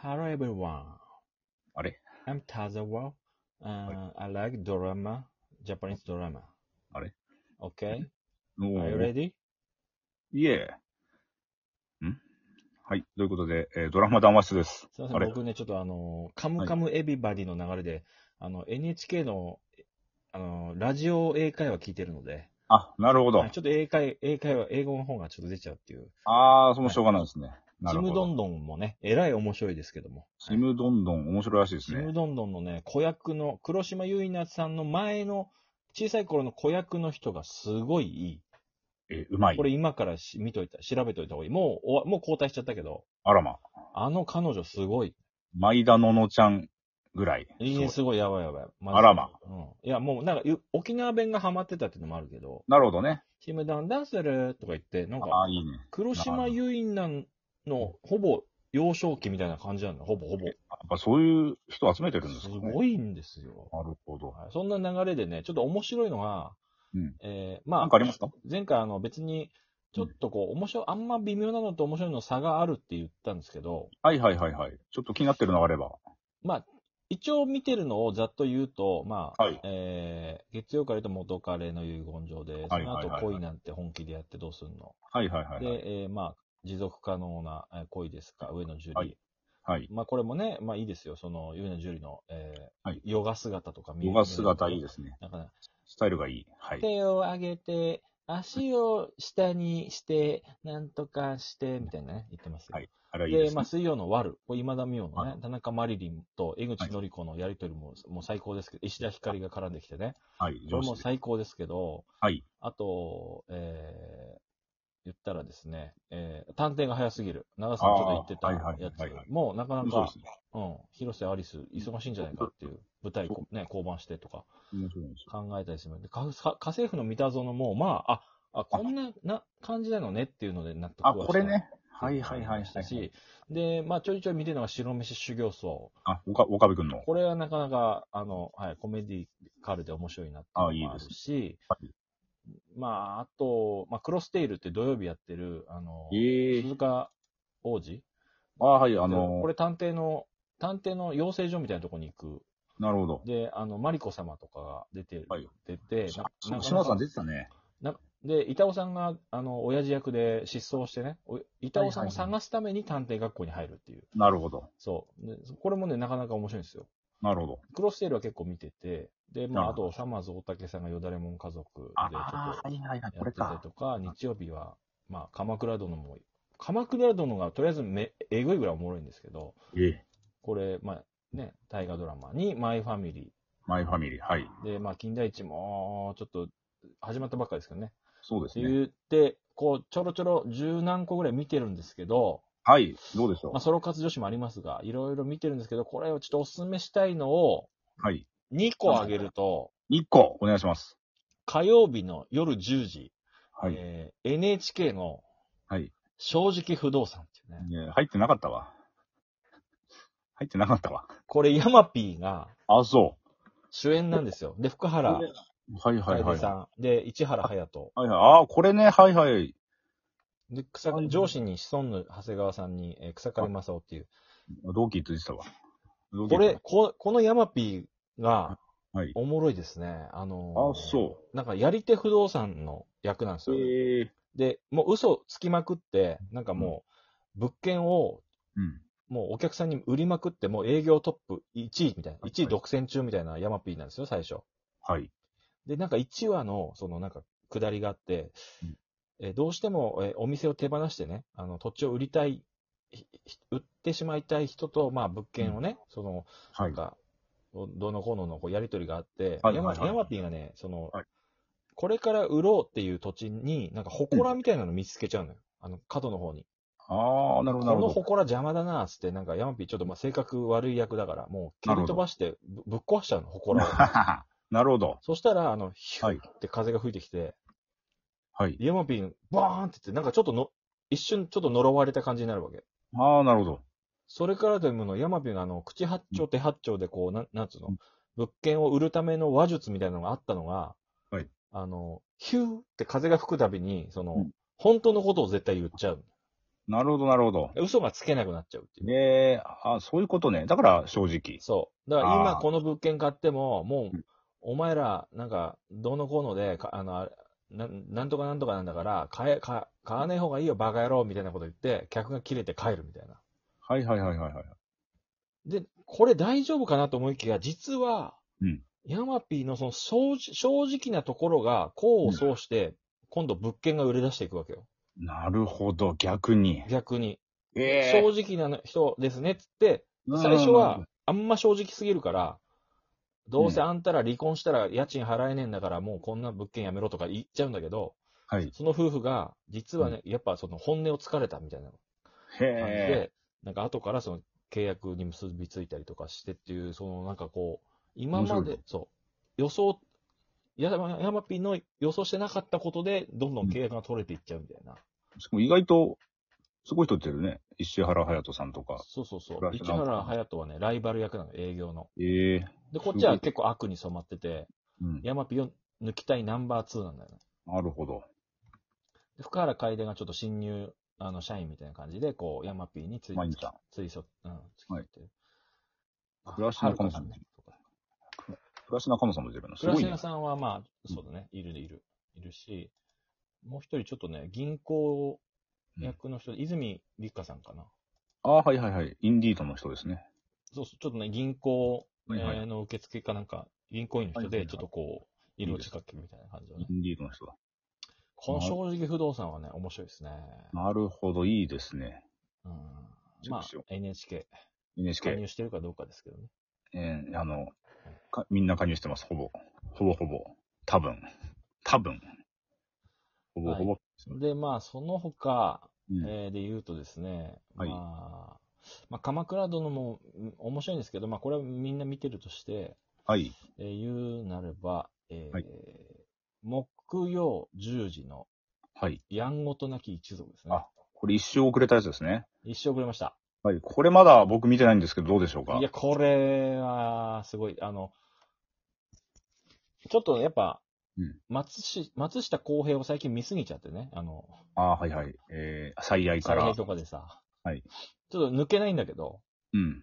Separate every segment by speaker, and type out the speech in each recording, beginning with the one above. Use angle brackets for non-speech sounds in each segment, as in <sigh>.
Speaker 1: Hello everyone.
Speaker 2: あれ
Speaker 1: I'm Tazawa. Uh, I like drama, Japanese drama.
Speaker 2: あれ
Speaker 1: Okay.
Speaker 2: お
Speaker 1: Are you
Speaker 2: ー
Speaker 1: ready?
Speaker 2: いえ。んはい。ということで、えードラマ談話室です。
Speaker 1: すいませ
Speaker 2: あ
Speaker 1: ん、
Speaker 2: れ
Speaker 1: 僕ね、ちょっとあの、カムカムエビバディの流れで、あの、NHK の、あの、ラジオ英会話聞いてるので、
Speaker 2: あ、なるほど。
Speaker 1: はいちょっと英会、英会話、英語の方がちょっと出ちゃうっていう。
Speaker 2: あー、そのしょうがないですね。な
Speaker 1: ち
Speaker 2: る
Speaker 1: む
Speaker 2: ほ
Speaker 1: ど
Speaker 2: ど。
Speaker 1: んどんもね、えらい面白いですけども。
Speaker 2: ちむどんどん、面白いらしいです
Speaker 1: ちむ
Speaker 2: ね。
Speaker 1: どんどんのね、子役の、黒島結菜さんの前の、小さい頃の子役の人がすごいいい。
Speaker 2: えーうまい
Speaker 1: こ。れ今からし見といた、調べといた方がいい。もう、おわもう交代しちゃったけど、
Speaker 2: あらま。
Speaker 1: あの彼女すごい。
Speaker 2: マイダノノちゃんぐらい。
Speaker 1: いいね、
Speaker 2: そう
Speaker 1: すごい、やばいやばい。マジで
Speaker 2: あらま。
Speaker 1: うん。いや、もうなんか、ゆ沖縄弁がハマってたってのもあるけど、
Speaker 2: なるほどね。
Speaker 1: ちむどんどんするとか言って、なん
Speaker 2: あ
Speaker 1: か、
Speaker 2: ー、いいね。
Speaker 1: 黒島結菜の、ほぼ、幼少期みたいな感じなの、ほぼほぼ。
Speaker 2: やっぱそういう人集めてるんですすかね。
Speaker 1: ごいんですよ。
Speaker 2: なるほど。
Speaker 1: はいそんな流れでね、ちょっと面白いのが、
Speaker 2: うん
Speaker 1: えーま
Speaker 2: な
Speaker 1: あ
Speaker 2: んか、ありますか
Speaker 1: 前回あの別に、ちょっとこう、面白い、あんま微妙なのと面白いの差があるって言ったんですけど、
Speaker 2: はいはいはいはい。ちょっと気になってるのがあれば。
Speaker 1: まあ、一応見てるのをざっと言うと、まあ、
Speaker 2: はい
Speaker 1: えー月曜から言うと元カレの遺言状で、そ
Speaker 2: はい
Speaker 1: の
Speaker 2: はいはい
Speaker 1: 後
Speaker 2: はい
Speaker 1: 恋なんて本気でやってどうすんの。
Speaker 2: はいはいはいはい。
Speaker 1: で、えーまあ、持続可能なえー恋ですか、上野樹里。
Speaker 2: はいはい。
Speaker 1: まあ、これもね、まあいいですよ、その、上野樹里の、えー
Speaker 2: はい
Speaker 1: ヨガ姿とか見
Speaker 2: ヨガ姿いい
Speaker 1: で
Speaker 2: ですね。
Speaker 1: なんかね、
Speaker 2: スタイルがいい。はい。
Speaker 1: 手を上げて、足を下にして、なんとかして、みたいなね、言ってますよ。
Speaker 2: はいあれはいいで
Speaker 1: で、
Speaker 2: す
Speaker 1: まあ、
Speaker 2: ね。
Speaker 1: 水曜のワル、これ今田美桜の
Speaker 2: は
Speaker 1: ね、田中麻理鈴と江口のり子のやりとりも、もう最高ですけど、石田ひかりが絡んできてね、
Speaker 2: はい。
Speaker 1: これ
Speaker 2: 上
Speaker 1: も
Speaker 2: 司で。
Speaker 1: 最高ですけど、
Speaker 2: はい。
Speaker 1: あと、えー、言ったらですね、えー、探偵が早すぎる。長さんちょっと言って
Speaker 2: あーはいはい
Speaker 1: たや
Speaker 2: はいはい
Speaker 1: つも、なかな
Speaker 2: そう
Speaker 1: か
Speaker 2: です、ね。
Speaker 1: うん、広瀬アリス忙しいんじゃないかっていう、舞台こ、ね、降板してとか、
Speaker 2: 面白いですよ
Speaker 1: 考えたりするので、かか家政婦の三田園も、まあ、あ、あこんなな感じなのねっていうので納得
Speaker 2: あ、
Speaker 1: はした
Speaker 2: これ。ね。
Speaker 1: は
Speaker 2: はいい
Speaker 1: は
Speaker 2: はいい
Speaker 1: は。
Speaker 2: はいい
Speaker 1: した
Speaker 2: はい。
Speaker 1: し、で、まあ、ちょいちょい見てるのが白飯修行僧。
Speaker 2: あ、岡岡部君の。
Speaker 1: これはなかなか、あの、はい、コメディカルで面白いなっていうのもあるし、
Speaker 2: はい
Speaker 1: まあ、あと、まあ、クロステイルって土曜日やってる、あの、
Speaker 2: ええ。
Speaker 1: 鈴鹿王子
Speaker 2: あ、はい、あの
Speaker 1: これ探偵の、探偵の養成所みたいなとこに行く。
Speaker 2: ー、なるほど。
Speaker 1: で、あの、マリコ様とかが出てる、
Speaker 2: はい
Speaker 1: 出て、
Speaker 2: し
Speaker 1: ななかなか
Speaker 2: 篠田さん出てたね。
Speaker 1: なで、板尾さんが、あの、親父役で失踪してね、お板尾さんを探すために探偵学校に入るっていう。
Speaker 2: なるほど。
Speaker 1: そうで。これもね、なかなか面白いんですよ。
Speaker 2: なるほど。
Speaker 1: クロステールは結構見てて、で、まあ、あ
Speaker 2: なるほ
Speaker 1: と、サマーズ大竹さんがよだれもん家族でちょっ
Speaker 2: あ
Speaker 1: とや
Speaker 2: あー、はいはいはい。こ
Speaker 1: っ
Speaker 2: れ
Speaker 1: てたり
Speaker 2: か。
Speaker 1: とか、日曜日は、まあ、鎌倉殿も、鎌倉殿がとりあえずめ、えぐいぐらいおもろいんですけど、
Speaker 2: ええ。
Speaker 1: これ、まあ、ね、大河ドラマに、マイファミリ
Speaker 2: マイファミリー。はい。
Speaker 1: ー。で、まあ、金田一も、ちょっと、始まったばっかりですけどね。
Speaker 2: そうで
Speaker 1: っ
Speaker 2: す
Speaker 1: て
Speaker 2: ね。
Speaker 1: 言って、こう、ちょろちょろ十何個ぐらい見てるんですけど、
Speaker 2: はい。どうでしょ
Speaker 1: まあ、
Speaker 2: う。
Speaker 1: ソロ活女子もありますが、いろいろ見てるんですけど、これをちょっとお勧めしたいのを、
Speaker 2: はい。
Speaker 1: 2個あげると、
Speaker 2: 1個、お願いします。
Speaker 1: 火曜日の夜10時、
Speaker 2: はい。
Speaker 1: えー NHK の
Speaker 2: はい。
Speaker 1: 正直不動産っていうね。
Speaker 2: ね入ってなかったわ。入ってなかったわ。
Speaker 1: これ、ヤマピーが
Speaker 2: あ、そ
Speaker 1: 主演なんですよ。で、福
Speaker 2: う。
Speaker 1: 原
Speaker 2: はいはいは
Speaker 1: 楓
Speaker 2: い。
Speaker 1: さん、
Speaker 2: は
Speaker 1: で、市原隼
Speaker 2: いはい。ああ、これね、はいはい。
Speaker 1: 人。で、草刈上司にシソンヌ長谷川さんに、えー草刈正雄っていう。
Speaker 2: 同期通じたわ。同期
Speaker 1: これ、、ここのヤマピーが
Speaker 2: はい。
Speaker 1: おもろいですね。あのー
Speaker 2: あ、そ
Speaker 1: なんか、やり手不動産の役なんです
Speaker 2: う。
Speaker 1: よ。
Speaker 2: ええ。
Speaker 1: で、もう嘘つきまくって、なんかもう、物件を、
Speaker 2: うん。
Speaker 1: もうお客さんに売りまくって、もう営業トップ1位みたいな、
Speaker 2: はい
Speaker 1: 1位独占中みたいなヤマピーなんですよ、最初。
Speaker 2: はい。
Speaker 1: で、なんか1話の、そのなんか、下りがあって
Speaker 2: うん、
Speaker 1: えーどうしても、えーお店を手放してね、あの、土地を売りたい、ひひ売ってしまいたい人と、まあ、物件をね、その、
Speaker 2: は
Speaker 1: ないん。か、どうのこうののこうやりとりがあって、
Speaker 2: はい
Speaker 1: ヤマ
Speaker 2: はいはい
Speaker 1: ヤマピーがね、その、
Speaker 2: はい
Speaker 1: これから売ろうっていう土地に、なんか祠みたいなの見つけちゃうのよ。あの、角の方に。
Speaker 2: ああ、なるほ
Speaker 1: こ
Speaker 2: ど、なる
Speaker 1: の
Speaker 2: ほど。
Speaker 1: 祠邪魔だな、つって、なんかヤマピーちょっとまあ性格悪い役だから、もう蹴り飛ばしてぶぶっ壊しちゃうの、
Speaker 2: <laughs>
Speaker 1: 祠を。
Speaker 2: なるほど。
Speaker 1: そしたら、あの、ヒュ
Speaker 2: はい
Speaker 1: ーって風が吹いてきて、
Speaker 2: はい。
Speaker 1: ヤマピー、バーンって言って、なんかちょっとの、一瞬ちょっと呪われた感じになるわけ。
Speaker 2: ああ、なるほど。
Speaker 1: それからでもの、ヤマピーのあの、口八丁手八丁でこう、なん、なんつうの
Speaker 2: うん、
Speaker 1: 物件を売るための話術みたいなのがあったのが、
Speaker 2: はい
Speaker 1: あの、ヒューって風が吹くたびに、その、
Speaker 2: うん
Speaker 1: 本当のことを絶対言っちゃう。
Speaker 2: なるほど、なるほど。
Speaker 1: 嘘がつけなくなっちゃうっていう。
Speaker 2: ええあ、そういうことね。だから、正直。
Speaker 1: そう。だから
Speaker 2: あ
Speaker 1: 今
Speaker 2: ー
Speaker 1: この物件買っても、も
Speaker 2: う
Speaker 1: う、お前ら、なんか、どうのこうので、かあの、あれなんなんとかなんとかなんだから、買え、買買わない方がいいよ、バカ野郎みたいなこと言って、客が切れて帰るみたいな。
Speaker 2: はいはいはいはいはい。
Speaker 1: で、これ大丈夫かなと思いきや、実は、
Speaker 2: うん
Speaker 1: ヤマピーのその正直正直なところが、功を奏して、今度物件が売れ出していくわけよ。
Speaker 2: なるほど、逆に。
Speaker 1: 逆に。
Speaker 2: ええ
Speaker 1: 正直な人ですねっつって、
Speaker 2: うん
Speaker 1: 最初は、あんま正直すぎるから、どうせあんたら離婚したら家賃払えねえんだから、もうこんな物件やめろとか言っちゃうんだけど、
Speaker 2: はい。
Speaker 1: その夫婦が、実はね、やっぱその本音をつかれたみたいな感
Speaker 2: へ
Speaker 1: じ
Speaker 2: え。
Speaker 1: で、なんか後からその契約に結びついたりとかしてっていう、そのなんかこう、今ま
Speaker 2: 面白い
Speaker 1: で、そう、予想、ヤマヤマピーの予想してなかったことで、どんどん契約が取れていっちゃうみたいな。
Speaker 2: しかも意外と、すごい人ってるね。石原隼人さんとか。
Speaker 1: そうそうそう
Speaker 2: プラ。ス
Speaker 1: 市
Speaker 2: なんか
Speaker 1: 原隼人はね、ライバル役なの、営業の。
Speaker 2: ええ
Speaker 1: で、こっちは結構悪に染まってて、
Speaker 2: うん。
Speaker 1: ヤマピを抜きたいナンバー2なんだよね。
Speaker 2: なるほど。
Speaker 1: で、福原楓がちょっと新入、あの、社員みたいな感じで、こう、ヤマピーについ
Speaker 2: まあいいんちゃん
Speaker 1: ついそ、うん、つき
Speaker 2: は
Speaker 1: 添
Speaker 2: い
Speaker 1: ってる。
Speaker 2: 暮らしの
Speaker 1: は
Speaker 2: 神様
Speaker 1: るかさんね。
Speaker 2: 暮らし仲間さんも出るの。す
Speaker 1: 倉
Speaker 2: ごい
Speaker 1: 重
Speaker 2: ね。
Speaker 1: さんはまあ、そうだね、いるいる、いるし、もう一人ちょっとね、銀行役の人、泉立花さんかな。
Speaker 2: ああ、はいはいはい。インディートの人ですね。
Speaker 1: そうそう、ちょっとね、銀行え
Speaker 2: はいはい
Speaker 1: ーの受付かなんか、銀行員の人
Speaker 2: はいはいは
Speaker 1: で、
Speaker 2: い
Speaker 1: ちょっとこう、色仕掛けみたいな感じのね。
Speaker 2: インディートの人だ。
Speaker 1: この正直不動産はね、面白いですね。
Speaker 2: なるほど、いいですね。
Speaker 1: うん。
Speaker 2: チェッ
Speaker 1: まあ
Speaker 2: クしよ、
Speaker 1: NHK、加
Speaker 2: NHK。
Speaker 1: 入してるかどうかですけどね。
Speaker 2: えーあのか、みんな加入してます。ほぼ。ほぼほぼ。多分。多分。ほぼほぼ。
Speaker 1: で、まあ、その他、
Speaker 2: うん
Speaker 1: えーで言うとですね、
Speaker 2: はい
Speaker 1: まあ、まあ、鎌倉殿もうん面白いんですけど、まあ、これはみんな見てるとして、
Speaker 2: はい。
Speaker 1: えー言うなれば、えー
Speaker 2: はい
Speaker 1: 木曜10時の、
Speaker 2: はい。
Speaker 1: やんごとなき一族ですね
Speaker 2: あ。これ一周遅れたやつですね。
Speaker 1: 一生遅れました。
Speaker 2: はい。これまだ僕見てないんですけど、どうでしょうか
Speaker 1: いや、これは、すごい、あの、ちょっとやっぱ、
Speaker 2: うん
Speaker 1: 松し松下洸平を最近見すぎちゃってね、あの、
Speaker 2: ああー、はいはい。えー、最愛か
Speaker 1: 再
Speaker 2: ら
Speaker 1: 配。とかでさ、
Speaker 2: はい
Speaker 1: ちょっと抜けないんだけど、
Speaker 2: うん。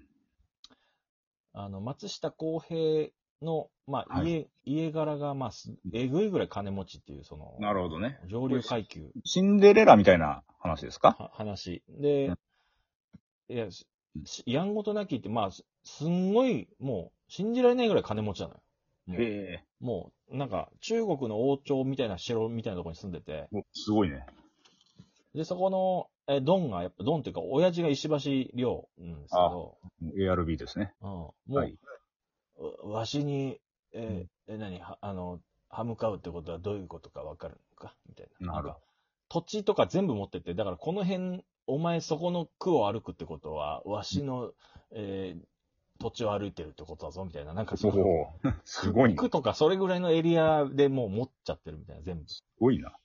Speaker 1: あの、松下洸平の、まあ、
Speaker 2: は
Speaker 1: 家、家柄が、まあ、すえぐいぐらい金持ちっていう、その、
Speaker 2: なるほどね。
Speaker 1: 上流階級
Speaker 2: シンデレラみたいな話ですか
Speaker 1: は話。で
Speaker 2: う、
Speaker 1: いや、ししやんごとなきって、まあ、すすんごい、もう、信じられないぐらい金持ちなのよ。うん
Speaker 2: え
Speaker 1: もう、なんか、中国の王朝みたいな城みたいなところに住んでて、
Speaker 2: えおすごいね。
Speaker 1: で、そこの、え、ドンが、やっぱ、ドンっていうか、親父が石橋亮なんですけど、
Speaker 2: もう ARB ですね。
Speaker 1: うん、もう、
Speaker 2: はい。
Speaker 1: わわしに、えーえ何はあの、歯向かうってことはどういうことかわかるのかみたいな。
Speaker 2: なるほど
Speaker 1: んか土地とか全部持ってて、だからこの辺、お前そこの区を歩くってことは、わしの、えー土地を歩いてるってことだぞ、みたいな。なんかそ
Speaker 2: お
Speaker 1: の、
Speaker 2: おー <laughs> すごいね。す
Speaker 1: 区とかそれぐらいのエリアでもう持っちゃってるみたいな、全部。
Speaker 2: ごいな。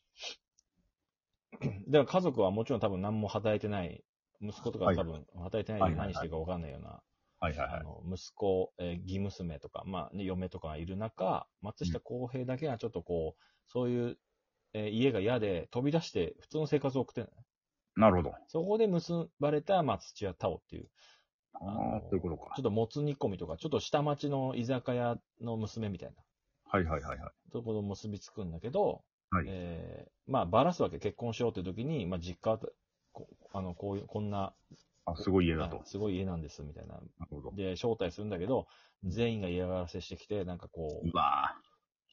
Speaker 1: だから家族はもちろん多分何も働いてない、息子とかは多分働いてな
Speaker 2: はいい
Speaker 1: で
Speaker 2: はいはい
Speaker 1: 何してるかわかんないような
Speaker 2: はいはいは
Speaker 1: あ
Speaker 2: い。
Speaker 1: の息子、えー義娘とか、まあね、嫁とかがいる中、松下洸平だけがちょっとこう、そういう、えー家が嫌で飛び出して普通の生活を送ってるのね
Speaker 2: なるほど。
Speaker 1: そこで結ばれた、まあ、土屋太鳳っていう、
Speaker 2: あ
Speaker 1: の
Speaker 2: あー、そういうことか
Speaker 1: ちょ。っともつ煮込みとか、ちょっと下町の居酒屋の娘みたいな
Speaker 2: はいはいはいはい。
Speaker 1: ところと結びつくんだけど、
Speaker 2: はい
Speaker 1: えーまあ、ばらすわけ、結婚しようって時に、まあ、実家はこあの、こういう、こんな、
Speaker 2: あ、すごい家だと。
Speaker 1: すごい家なんです、みたいな。
Speaker 2: なるほど。
Speaker 1: で、招待するんだけど、全員が嫌がらせしてきて、なんかこう、
Speaker 2: うわ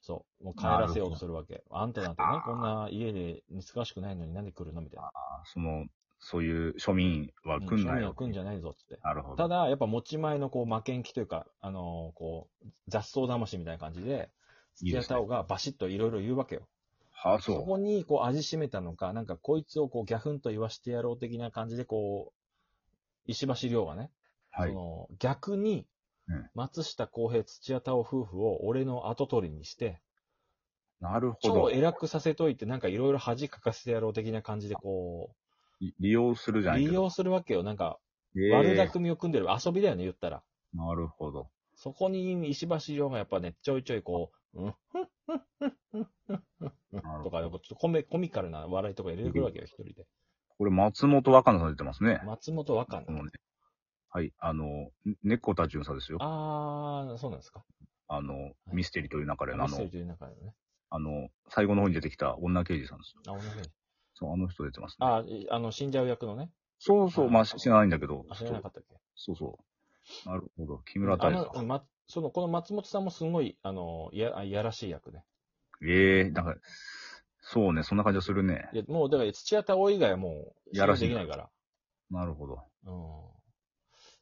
Speaker 1: そう。もう帰らせようとするわけ。あんたなんてね
Speaker 2: あー、
Speaker 1: こんな家で見つかしくないのになんで来るのみたいな。
Speaker 2: あ、その、そういう庶民は
Speaker 1: うん
Speaker 2: 組
Speaker 1: 庶
Speaker 2: んだ
Speaker 1: 民
Speaker 2: よ
Speaker 1: は。来んじゃないぞっつって。
Speaker 2: なるほ
Speaker 1: た
Speaker 2: ど。
Speaker 1: だ、やっぱ持ち前のこう、負けん気というか、あのーこう、雑草魂みたいな感じで、
Speaker 2: いい
Speaker 1: 土屋
Speaker 2: ですね
Speaker 1: 太鳳がバシッといろいろ言うわけよ。
Speaker 2: はあ、
Speaker 1: そ
Speaker 2: そ
Speaker 1: こにこう、味しめたのか、なんかこいつをこう、ギャフンと言わしてやろう的な感じで、こう、石橋亮がね、
Speaker 2: う。は
Speaker 1: そ
Speaker 2: い。
Speaker 1: の、逆に
Speaker 2: うん、
Speaker 1: 松下洸平、土屋太鳳夫婦を俺の後取りにして、
Speaker 2: なるほ
Speaker 1: 超
Speaker 2: ど。
Speaker 1: 偉くさせといて、なんかいろいろ恥かかせてやろう的な感じで、こ
Speaker 2: い利用するじ
Speaker 1: う、
Speaker 2: ゃない
Speaker 1: 利
Speaker 2: けど。
Speaker 1: 用するわけよ。なんか、
Speaker 2: 利
Speaker 1: 悪巧みを組んでる遊びだよね、言ったら。
Speaker 2: なるほど。
Speaker 1: そこに石橋亮がやっぱね、ちょいちょいこう、うん、
Speaker 2: なる
Speaker 1: と
Speaker 2: ほど
Speaker 1: か、ちょっとコメコミカルな笑いとか入れてくるわけよ、一人で。
Speaker 2: これ、松本若菜さん出てますね。
Speaker 1: 松本若
Speaker 2: こ
Speaker 1: 菜。
Speaker 2: のねはい、あの、ね猫田巡査ですよ。あ
Speaker 1: あー、そうなんですか。
Speaker 2: の、ミステリーという中での、
Speaker 1: ミ
Speaker 2: あ
Speaker 1: ステ
Speaker 2: の
Speaker 1: リ、という中でね。
Speaker 2: あの、最後の方に出てきた女刑事さんですよ。
Speaker 1: あ、同じように
Speaker 2: そう、あの人出てますね。
Speaker 1: あー、いあの、死んじゃう役のね。
Speaker 2: そうそう、
Speaker 1: あ
Speaker 2: まあ、知らないんだけど
Speaker 1: あ、、知らなかったっけ
Speaker 2: そうそう。なるほど、木村
Speaker 1: あ
Speaker 2: 太
Speaker 1: の、
Speaker 2: 郎。
Speaker 1: ま、その、この松本さんもすごい、あの、いや、あいやらしい役ね。
Speaker 2: ええなんか、そうね、そんな感じがするね。
Speaker 1: いや、もう、だから、土屋太鳳以外はもう、
Speaker 2: やらしい
Speaker 1: 信用できないから。
Speaker 2: なるほど。
Speaker 1: うん。っ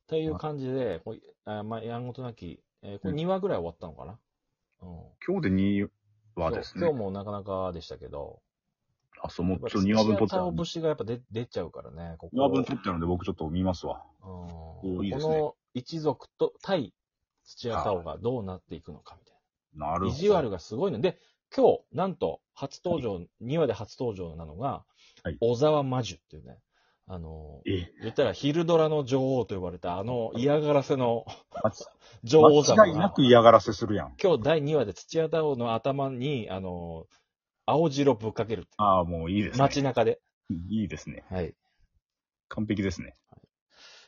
Speaker 1: ていう感じで、こうあまあ、やんごとなき、えーこ
Speaker 2: う
Speaker 1: れ
Speaker 2: ん
Speaker 1: 2話ぐらい終わったのかな。うん。
Speaker 2: 今日で2話で
Speaker 1: そ
Speaker 2: す
Speaker 1: う
Speaker 2: ね
Speaker 1: 今。日もなかなかでしたけど。
Speaker 2: あ、そう、もうちょっと
Speaker 1: や
Speaker 2: 2
Speaker 1: ぱ
Speaker 2: 話分撮っ
Speaker 1: 土
Speaker 2: て
Speaker 1: 屋
Speaker 2: あ
Speaker 1: 太鳳
Speaker 2: るんで。
Speaker 1: 節がやっぱ出出ちゃうからね、ここ。
Speaker 2: 2話分撮ってあるんで、僕ちょっと見ますわ。
Speaker 1: うん
Speaker 2: おいいですね
Speaker 1: この一族と対土屋太鳳がどうなっていくのかみたい
Speaker 2: な
Speaker 1: な。
Speaker 2: るほど。
Speaker 1: 意地悪がすごいので、今日、なんと、初登場、2話で初登場なのが、
Speaker 2: はい
Speaker 1: 小沢魔女っていうね、あの、
Speaker 2: え、
Speaker 1: 言ったらヒルドラの女王と呼ばれた、あの嫌がらせの
Speaker 2: ま
Speaker 1: 女王様
Speaker 2: 間違いな
Speaker 1: が、
Speaker 2: く嫌がらせするやん。
Speaker 1: 今日第2話で土屋太鳳の頭に、あの、青白ぶっかけるって
Speaker 2: ああ、もういいですね。
Speaker 1: 街中で。
Speaker 2: いいですね。
Speaker 1: はい。
Speaker 2: 完璧ですね。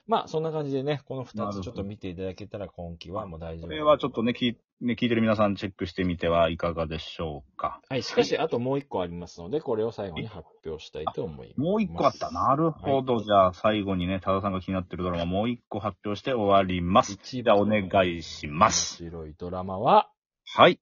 Speaker 1: まあ、そんな感じでね、この
Speaker 2: なる
Speaker 1: 2
Speaker 2: ほ
Speaker 1: つ
Speaker 2: ど
Speaker 1: ちょっと見ていただけたら今期はもう大丈夫。
Speaker 2: これはちょっとね、聞いね聞いてる皆さんチェックしてみてはいかがでしょうか。
Speaker 1: はい、しかし、あともう一個ありますので、これを最後に発表したいと思います。
Speaker 2: もう一個あった。なるほど。
Speaker 1: はい
Speaker 2: じゃあ、最後にね、多田さんが気になってるドラマ、もう一個発表して終わります。
Speaker 1: 一
Speaker 2: じゃあ、お願いします。
Speaker 1: 面白いドラマは、
Speaker 2: はい。